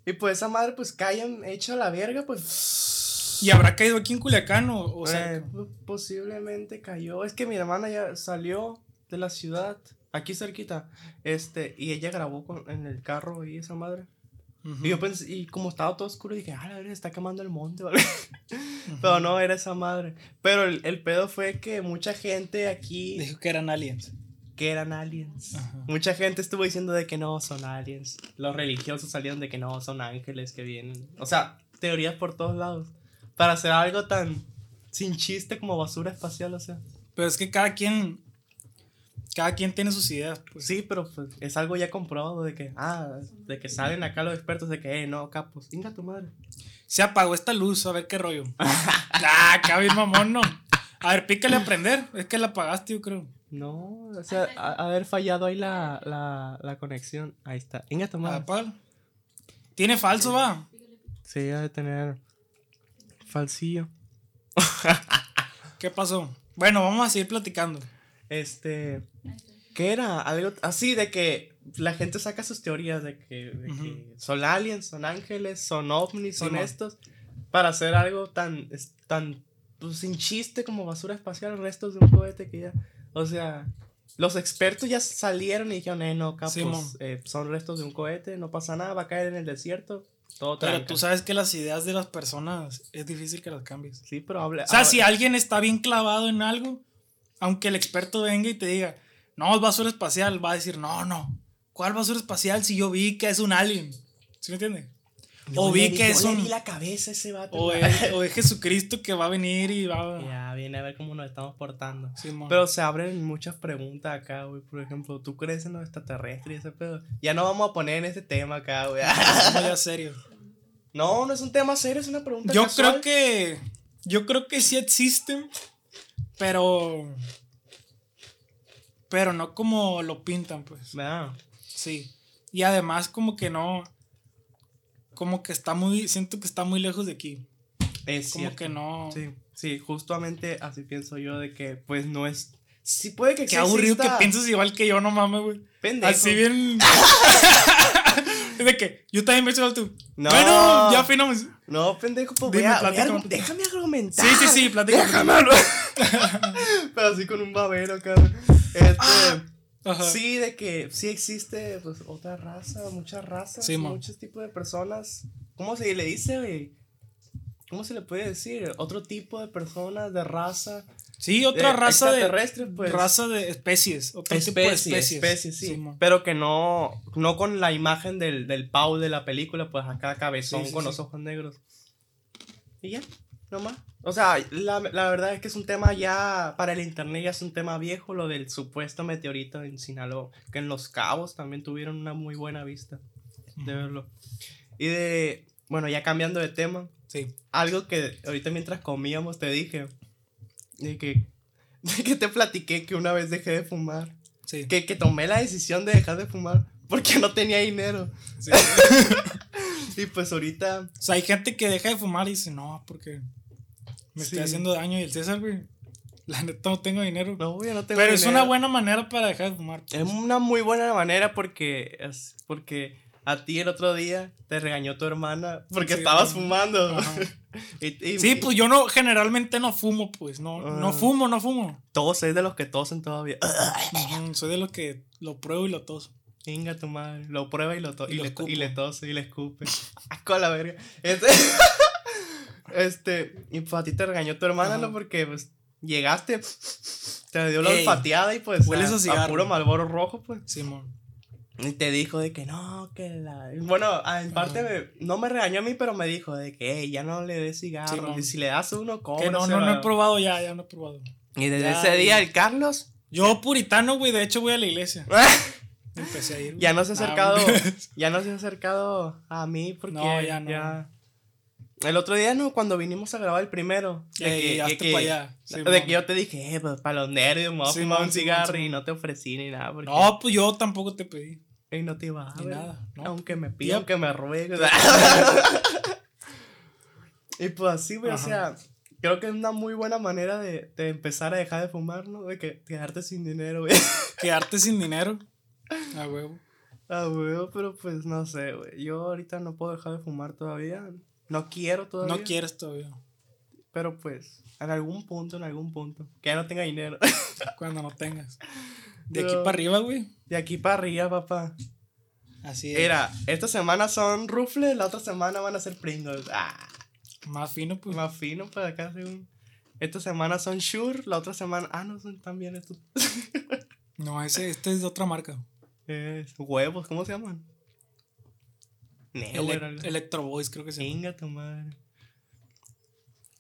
y pues esa madre, pues, caen hecha la verga, pues.
¿Y habrá caído aquí en Culiacán o, o sea?
Eh, po- posiblemente cayó. Es que mi hermana ya salió de la ciudad, aquí cerquita, este, y ella grabó con- en el carro y esa madre.
ujú,
Y yo pensé, y como estaba todo oscuro, dije, ah, la verga, está quemando el monte, ¿vale? Pero no, era esa madre. Pero el, el pedo fue que mucha gente aquí,
Dijo que eran aliens.
que eran aliens.
Ajá.
Mucha gente estuvo diciendo de que no son aliens. Los religiosos salieron de que no son ángeles que vienen. O sea, teorías por todos lados. Para hacer algo tan sin chiste como basura espacial, o sea.
Pero es que cada quien. Cada quien tiene sus ideas. Pues.
Sí, pero pues, es algo ya comprobado de que, ah, de que salen acá los expertos de que, eh, no, capos, tinga tu madre.
Se apagó esta luz, a ver qué rollo. ah, acá bien mamón, no. A ver, pícale a prender. Es que la apagaste, yo creo.
No, o sea, a- haber fallado ahí la, la, la conexión. Ahí está. Venga,
Ah,
toma.
apágalo. Tiene falso, va.
Sí, ha de tener falsillo.
¿Qué pasó? Bueno, vamos a seguir platicando.
Este,
Ahí está.
¿qué era? Algo así de que la gente saca sus teorías de que, de
Ujú.
que son aliens, son ángeles, son ovnis, son
Simón.
estos, para hacer algo tan, es- tan pues, sin chiste como basura espacial, restos de un cohete que ya, o sea... Los expertos ya salieron y dijeron, eh, no, capos,
Simón.
eh, son restos de un cohete, no pasa nada, va a caer en el desierto, todo
Pero
tranca".
tú sabes que las ideas de las personas es difícil que las cambies.
Sí, pero habla.
O sea,
habla-
si alguien está bien clavado en algo, aunque el experto venga y te diga, no, es basura espacial, va a decir, no, no. ¿Cuál basura espacial si yo vi que es un alien? ¿Sí me entiendes?
Yo
o
le
vi que
yo
es
le
un-
vi la cabeza a ese vato.
O es, o es Jesucristo que va a venir y va a...
Ya, viene a ver cómo nos estamos portando.
Simón.
Pero se abren muchas preguntas acá, güey. Por ejemplo, ¿tú crees en los extraterrestres y ese pedo? Ya no vamos a poner en este tema acá, güey.
Siendo ya serio.
No, no es un tema serio, es una pregunta
Yo creo
casual.
que. Yo creo que sí existen. Pero. Pero no como lo pintan, pues.
¿Verdad?
Sí. Y además, como que no. Como que está muy. Siento que está muy lejos de aquí.
Es
Como
cierto.
que no.
Sí, sí, justamente así pienso yo de que, pues, no es... Sí puede que
Qué aburrido que
exista-
pienses igual que yo, no mames, güey.
Pendejo.
Así bien. Es de que yo también me estoy tú.
No.
Bueno, ya finamos.
No, pendejo, pues
Dime,
voy a- voy a
platícame.
argu- déjame argumentar.
Sí, sí, sí, platica.
Déjame argumentar. Pero así con un babero, cabrón. Este,
Ah, Ajá.
sí, de que sí existe pues, otra raza, muchas razas,
Sí, mo.
muchos tipos de personas. ¿Cómo se le dice, güey? ¿Cómo se le puede decir? Otro tipo de personas, de raza.
Sí, otra
de
raza de
extraterrestres, pues.
raza de especies, otro Este tipo de
Especies,
especies.
especies, sí.
mo.
pero que no, no con la imagen del, del Pau de la película, pues acá cabezón
Sí, sí,
con
sí.
los ojos negros. Y ya, nomás. O sea, la, la verdad es que es un tema ya, para el internet ya es un tema viejo, lo del supuesto meteorito en Sinaloa, que en Los Cabos también tuvieron una muy buena vista de verlo. Y de, bueno, ya cambiando de tema,
Sí.
algo que ahorita mientras comíamos te dije, de que, de que te platiqué que una vez dejé de fumar
Sí.
que, que tomé la decisión de dejar de fumar porque no tenía dinero.
Sí.
Y pues ahorita,
O sea, hay gente que deja de fumar y dice, no, porque me
Sí.
estoy haciendo daño. Y el César, güey, la neta no tengo dinero.
no, ya no tengo
Pero es
dinero.
una buena manera para dejar de fumar. pues.
Es una muy buena manera porque, es- porque a ti el otro día te regañó tu hermana porque
Sí,
estabas
ajá.
fumando.
Ajá.
Y- y-
Sí, pues yo no, generalmente no fumo, pues, no,
Ah.
no fumo, no fumo.
Todos es de los que tosen todavía.
Ujú, Soy de los que lo pruebo y lo toso.
Venga tu madre, lo prueba y lo to-
Y
y,
lo
le to- y
escupo.
le tose y le escupe. Asco a la verga. Este, este, y pues a ti te regañó tu hermana,
Ajá.
¿no? Porque pues llegaste, te dio la
Ey,
olfateada y pues
hueles a
a,
cigarro.
puro malboro rojo, pues.
Simón.
Y te dijo de que no, que la... Bueno, a- en parte me- no me regañó a mí, pero me dijo de que "Ey, ya no le des cigarro.
Simón.
y si le das uno, cóbra.
Que no, no, no he probado ya, ya no he probado.
Y desde
Ya,
ese día
ya.
el Carlos
Yo, puritano, güey, de hecho voy a la iglesia. Empecé a ir. güey.
Ya no se ha
Ah,
acercado.
güey.
ya no se ha acercado a mí porque.
No, ya no.
ya- El otro día, no, cuando vinimos a grabar el primero. De
Ey,
que, de
hazte
que-
pa' allá.
de
Simón.
que yo te dije, eh, pues para los nervios, me voy a
Sí,
fumar
mon,
un
sí, mon,
cigarro
sí,
y
mon.
no te ofrecí ni nada. Porque,
No, pues yo tampoco te pedí.
Ey, no te iba a
ni
ver,
nada, no.
Aunque me pida,
Yep.
aunque me ruegue. y pues así, güey, o
Ajá.
sea. Creo que es una muy buena manera de, de empezar a dejar de fumar, ¿no? De que quedarte sin dinero, güey.
Quedarte sin dinero. A huevo.
Ah, weón, pero pues no sé, güey. Yo ahorita no puedo dejar de fumar todavía. No quiero todavía.
No quieres todavía.
Pero pues, en algún punto, en algún punto. Que ya no tenga dinero.
Cuando no tengas. De aquí
Pero-
para arriba, güey.
De aquí para arriba, papá.
Así es.
Mira, esta semana son rufles, la otra semana van a ser Pringles. Ah,
Más fino, pues.
más fino para acá, según. Esta semana son Shure, la otra semana. Ah, no son tan bien estos.
No, ese, este es de otra marca.
Es huevos, ¿cómo se llaman?
Ele-
Neuer, algo.
Electro Boys, creo que se llama.
Chinga tu madre.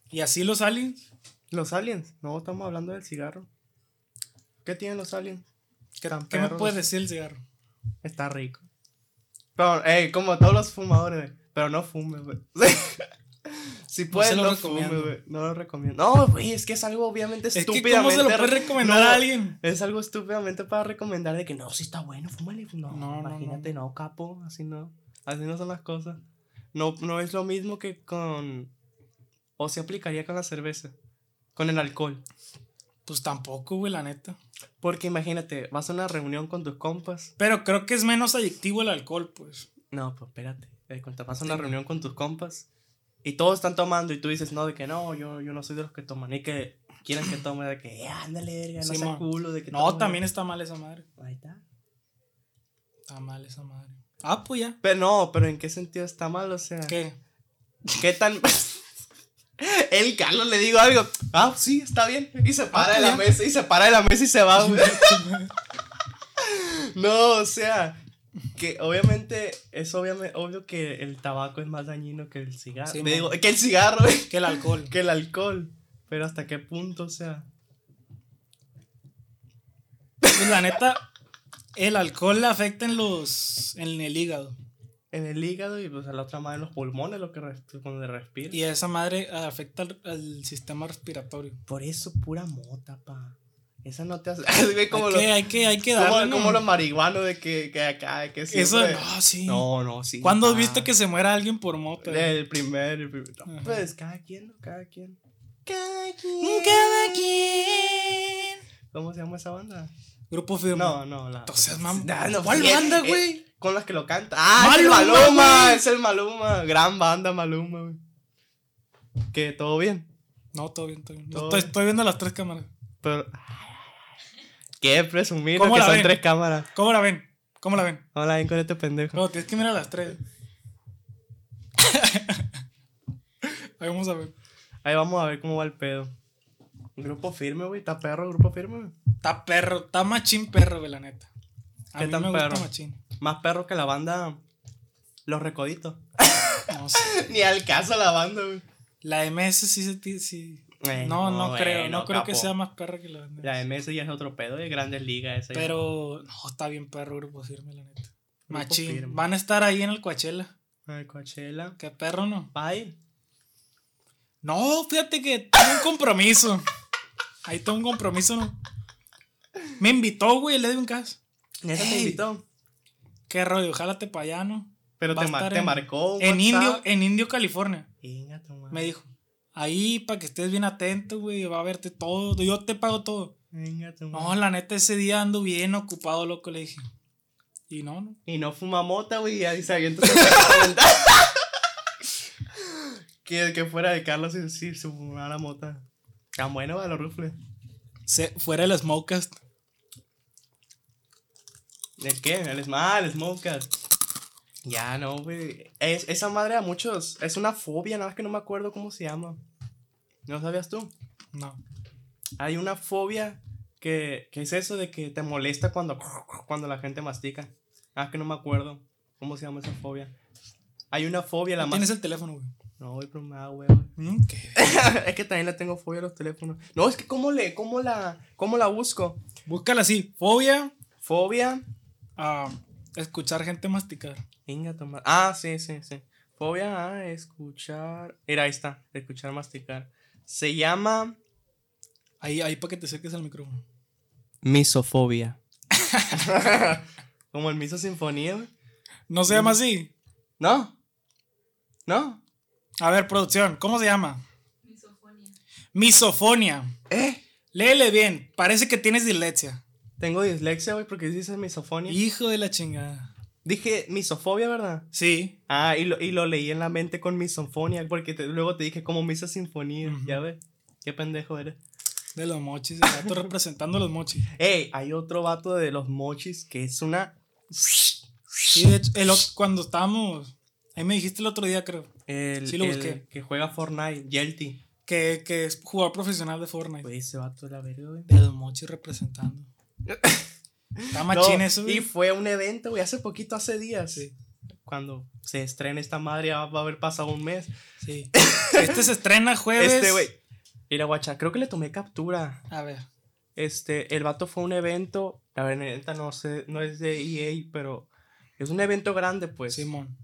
Y así los aliens.
Los aliens, no estamos hablando del cigarro. ¿Qué tienen los aliens?
¿Qué,
Tan
qué me
perros.
puedes decir el cigarro?
Está rico. Pero, eh, como todos los fumadores, güey. Pero no fumes, güey. si puedes,
se lo
no,
recomiendo.
fumes, güey. No lo recomiendo. No, güey, es que es algo obviamente
Es que ¿cómo
estúpidamente.
se lo
re-
puedes recomendar
No,
a alguien?
Es algo estúpidamente para recomendar de que no, si está bueno, fúmale. No,
No, no, no.
imagínate, no, capo. Así no. Así no son las cosas. No, no es lo mismo que con. O se aplicaría con la cerveza. Con el alcohol.
Pues tampoco, güey, la neta.
Porque imagínate, vas a una reunión con tus compas.
Pero creo que es menos adictivo el alcohol, pues.
No, pues espérate. eh, Cuando vas a una reunión con tus compas y todos están tomando y tú dices, no, de que no, yo, yo no soy de los que toman y que quieran que tome, de que, eh, ándale, verga, no
Sí,
seas
ma.
culo, de que
No,
toma".
también está mal esa madre.
Ahí está.
Está mal esa madre. Ah, pues ya.
Pero no, pero ¿en qué sentido está mal? O sea, ¿qué,
¿Qué?
tan...? El Carlos le digo algo, ah, sí, está bien, y se para de la
ya.
mesa, y se para de la mesa y se va, güey. No, o sea, que obviamente es obviamente, obvio que el tabaco es más dañino que el cigarro.
Sí,
Te
ma.
digo, que el cigarro, güey.
que el alcohol.
que el alcohol. Pero hasta qué punto, o sea.
Pues la neta, el alcohol le afecta en los. en el hígado.
En el hígado y pues a la otra más en los pulmones, lo que res- cuando respira.
Y esa madre afecta al, al sistema respiratorio.
por eso pura mota, pa. Esa no te hace. Es que como
hay,
lo-
que, hay que, hay que
como-
darle, ¿no?
como los marihuanos de que, que acá, de que
Eso,
siempre-
no, sí.
No, Ah. no, sí.
¿Cuándo has
pa.
visto que se muera alguien por moto?
El primer, el primer- no,
Ajá.
pues cada quien, ¿no? Cada quien. Cada quien.
Cada quien.
¿Cómo se llama esa banda?
Grupo firme.
No, no, la.
Entonces, mam-
Nah, no,
¿Cuál
sí, eh,
banda,
eh,
güey?
con las que lo canta. ¡Ah! ¡Es el
¡Maluma,
Maluma!
güey!
¡Es el Maluma! Gran banda Maluma, güey. Que todo bien.
No, todo bien, todo bien.
Todo
Estoy,
bien.
estoy viendo las tres cámaras.
Pero. Qué presumir que
¿Cómo la
son
ven?
tres cámaras.
¿Cómo la ven? ¿Cómo la ven?
Hola, ven con este pendejo.
No, tienes que mirar las tres. Ahí vamos a ver.
Ahí vamos a ver cómo va el pedo. Grupo firme, güey. Está perro, grupo firme, güey.
Está perro, está machín perro, güey, la neta. A
¿Qué
mí
tan
me
perro?
gusta machín.
Más perro que la banda. Los Recoditos.
No sé.
Ni al caso la banda, güey.
La MS sí se ti- sí.
Eh,
No, no, creo.
bueno,
No creo que
capo.
sea más perra que la banda.
La MS ya es otro pedo de grandes ligas. Esa ya.
Pero no, está bien perro Grupo Firme, la neta. Machín.
Firme.
Van a estar ahí en el Coachella.
Ay, Coachella.
Qué perro, ¿no?
¿Va a ir?
No, fíjate que tengo un compromiso. Ahí tengo un compromiso, ¿no? Me invitó, güey, el Edwin Cass.
Neta te
Ey.
invitó.
Qué rollo, jálate para allá, ¿no?
Pero
Va
te,
a
ma-
estar
te
en-
marcó. un
En Indio,
Oh, WhatsApp.
en Indio, California.
Inga tu madre.
Me dijo. Ahí, para que estés bien atento, güey, va a verte todo. Yo te pago todo.
Inga tu
No,
madre.
la neta, ese día ando bien ocupado, loco, le dije. Y no, no.
Y no fuma mota, güey. Y ahí se avienta su ventana. que, que fuera de Carlos si, si se fumara mota. Tan bueno va los rufles.
Se- fuera el Smokecast.
¿El qué? El Smal, el Smokas. Ya, no, güey. Es, esa madre a muchos. Es una fobia, nada más que no me acuerdo cómo se llama. ¿No sabías tú?
No.
Hay una fobia que, que es eso de que te molesta cuando, cuando la gente mastica. Ah, que no me acuerdo. ¿Cómo se llama esa fobia? Hay una fobia, la más...
Tienes el teléfono, güey.
No, voy pero me da hueva.
Mm, ¿Qué?
es que también le tengo fobia a los teléfonos. No, es que ¿cómo, le, cómo, la, cómo la busco?
Búscala así. Fobia
Fobia...
a escuchar gente masticar.
Venga, tomar. Ah, sí, sí, sí. Fobia a escuchar... Mira, ahí está. Escuchar masticar. Se llama...
Ahí, ahí para que te acerques al micrófono.
Misofobia. Como el Miso Sinfonía, güey.
No se llama así.
No. No.
A ver, producción, ¿cómo se llama?
Misofonia.
Misofonia.
Eh.
Léele bien. Parece que tienes dislexia.
Tengo dislexia, güey, porque dices misofonia.
Hijo de la chingada.
Dije misofobia, ¿verdad?
Sí.
Ah, y lo, y lo leí en la mente con misofonia, porque te- luego te dije como misa sinfonía,
Ujú.
ya ves. Qué pendejo eres.
De los mochis. El gato representando a los mochis.
Ey, hay otro vato de los mochis que es una.
Sí, de hecho, el ot- cuando estábamos. Ahí me dijiste el otro día, creo.
El,
Sí lo
el
busqué.
que juega Fortnite, Yelty.
Que, que es jugador profesional de Fortnite.
Güey, ese vato de la verga, güey.
De los mochis representando. Está machín
No,
eso, güey.
y fue a un evento, güey, hace poquito, hace días.
Sí.
Cuando se estrena esta madre, ya va a haber pasado un mes.
Sí. Este se estrena jueves.
Este, güey. Mira, guacha, creo que le tomé captura.
A ver.
Este, el vato fue a un evento. La verdad, neta, no sé, no es de EA, pero es un evento grande, pues.
Simón.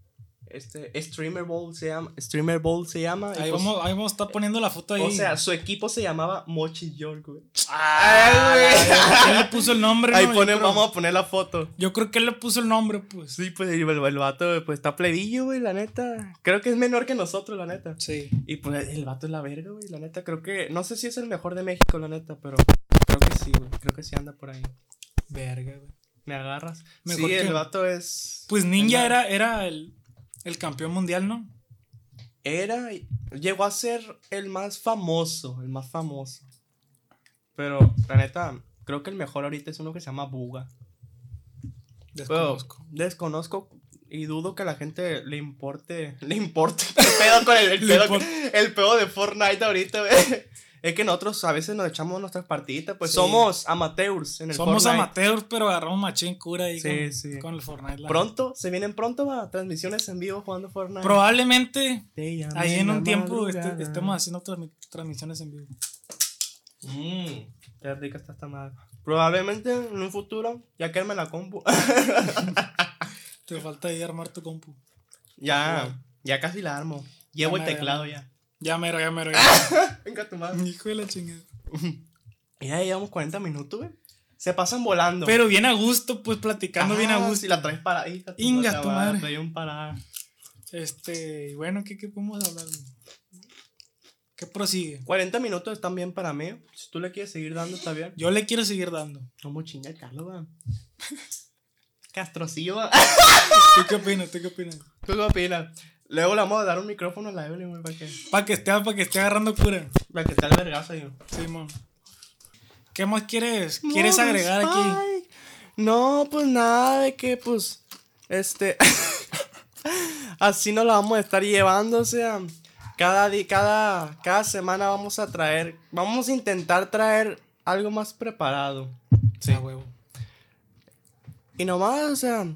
Este, Streamer Bowl se llama. Streamer Bowl se llama. y
Ahí
pues,
vamos, ahí vamos a estar poniendo la foto ahí.
O sea, su equipo se llamaba Mochi York, güey.
Ah,
Ay, güey.
la- ¿Quién le puso el nombre?
Ahí
no? Yo
pone,
creo-
vamos a poner la foto.
Yo creo que él le puso el nombre, pues.
Sí, pues el, el vato, pues está plebillo, güey, la neta. Creo que es menor que nosotros, la neta.
Sí.
Y pues el vato es la verga, güey, la neta. Creo que, no sé si es el mejor de México, la neta, pero creo que sí, güey. Creo que sí anda por ahí.
Verga, güey.
Me agarras.
Mejor
sí,
que-
el vato es.
Pues Ninja
Ajá.
era, era el, el campeón mundial, ¿no?
Era. Llegó a ser el más famoso, el más famoso. Pero, la neta, creo que el mejor ahorita es uno que se llama Buga. Pero
Desconozco.
desconozco y dudo que a la gente le importe. Le importe. ¿Qué pedo con el, el
Le
pedo, el pedo de Fortnite ahorita, güey? Es que nosotros a veces nos echamos nuestras partiditas, pues
Sí.
somos amateurs en el
Somos
Fortnite.
amateurs, pero agarramos machín cura ahí
Sí,
con,
sí.
con el Fortnite. la
Pronto, se vienen pronto va, transmisiones en vivo jugando Fortnite.
neta. Probablemente
Te llamé
ahí en
la
un tiempo este-
madrugada.
estemos haciendo transmi- transmisiones en vivo.
Mm, qué rica está esta madre. Probablemente en un futuro, ya que me la compu.
Te falta ahí armar tu compu.
ya, ya casi la armo. Llevo
Ya
el
me
teclado
regaló.
ya.
Ya mero, ya mero. ya mero.
Venga tu madre.
Hijo de la chingada.
Ya llevamos 40 minutos, güey. Se pasan volando.
Pero bien a gusto, pues platicando
Ah,
bien a gusto.
Si la traes para ahí.
Inga tu madre.
Trae un para.
Este, y bueno, ¿qué, qué podemos hablar? güey? ¿Qué prosigue?
40 minutos están bien para mí. Si tú le quieres seguir dando, está bien.
Yo le quiero seguir dando.
Como chinga, Carlos, va. Castro Silva.
¿Tú qué opinas? ¿Tú qué opinas?
¿Tú qué opinas? Luego le vamos a dar un micrófono a la Evelyn, güey, para que,
Para que esté, para que esté agarrando cura.
para que esté el vergazo ahí.
Simón. ¿Qué más quieres? ¿Quieres agregar aquí?
Ay, No, pues nada de que, pues, este, así nos la vamos a estar llevando, o sea, cada, di- cada, cada semana vamos a traer, vamos a intentar traer algo más preparado.
Sí. huevo.
Y nomás, o sea,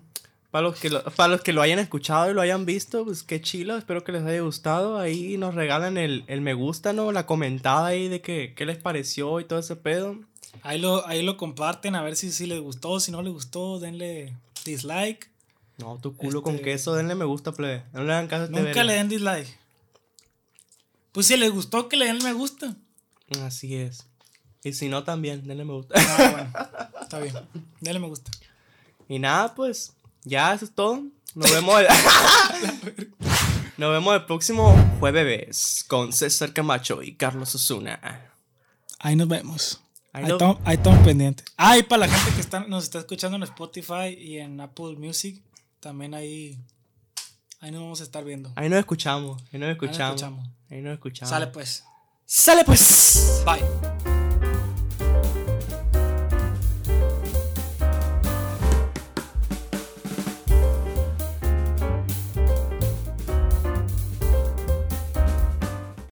para los, que lo, para los que lo hayan escuchado y lo hayan visto, pues qué chilo, espero que les haya gustado. Ahí nos regalan el, el me gusta, ¿no? La comentada ahí de que, qué les pareció y todo ese pedo.
Ahí lo, ahí lo comparten, a ver si, si les gustó, si no les gustó, denle dislike.
No, tu culo con
Este-
queso, denle me gusta, plebe. No le hagan caso a este
Nunca
verga.
le den dislike. Pues si les gustó, que le den me gusta.
Así es. Y si no, también, denle me gusta.
Ah, bueno. Está bien. Denle me gusta.
y nada, pues, ya eso es todo. Nos vemos el... Nos vemos el próximo jueves con César Camacho y Carlos Osuna.
Ahí nos vemos.
Ahí
Ahí,
lo-
estamos, ahí estamos pendientes. Ah, y para la gente que está, nos está escuchando en Spotify y en Apple Music, también ahí, ahí nos vamos a estar viendo.
Ahí nos escuchamos, ahí nos escuchamos.
escuchamos.
Ahí nos escuchamos.
Sale pues.
Sale pues.
Bye.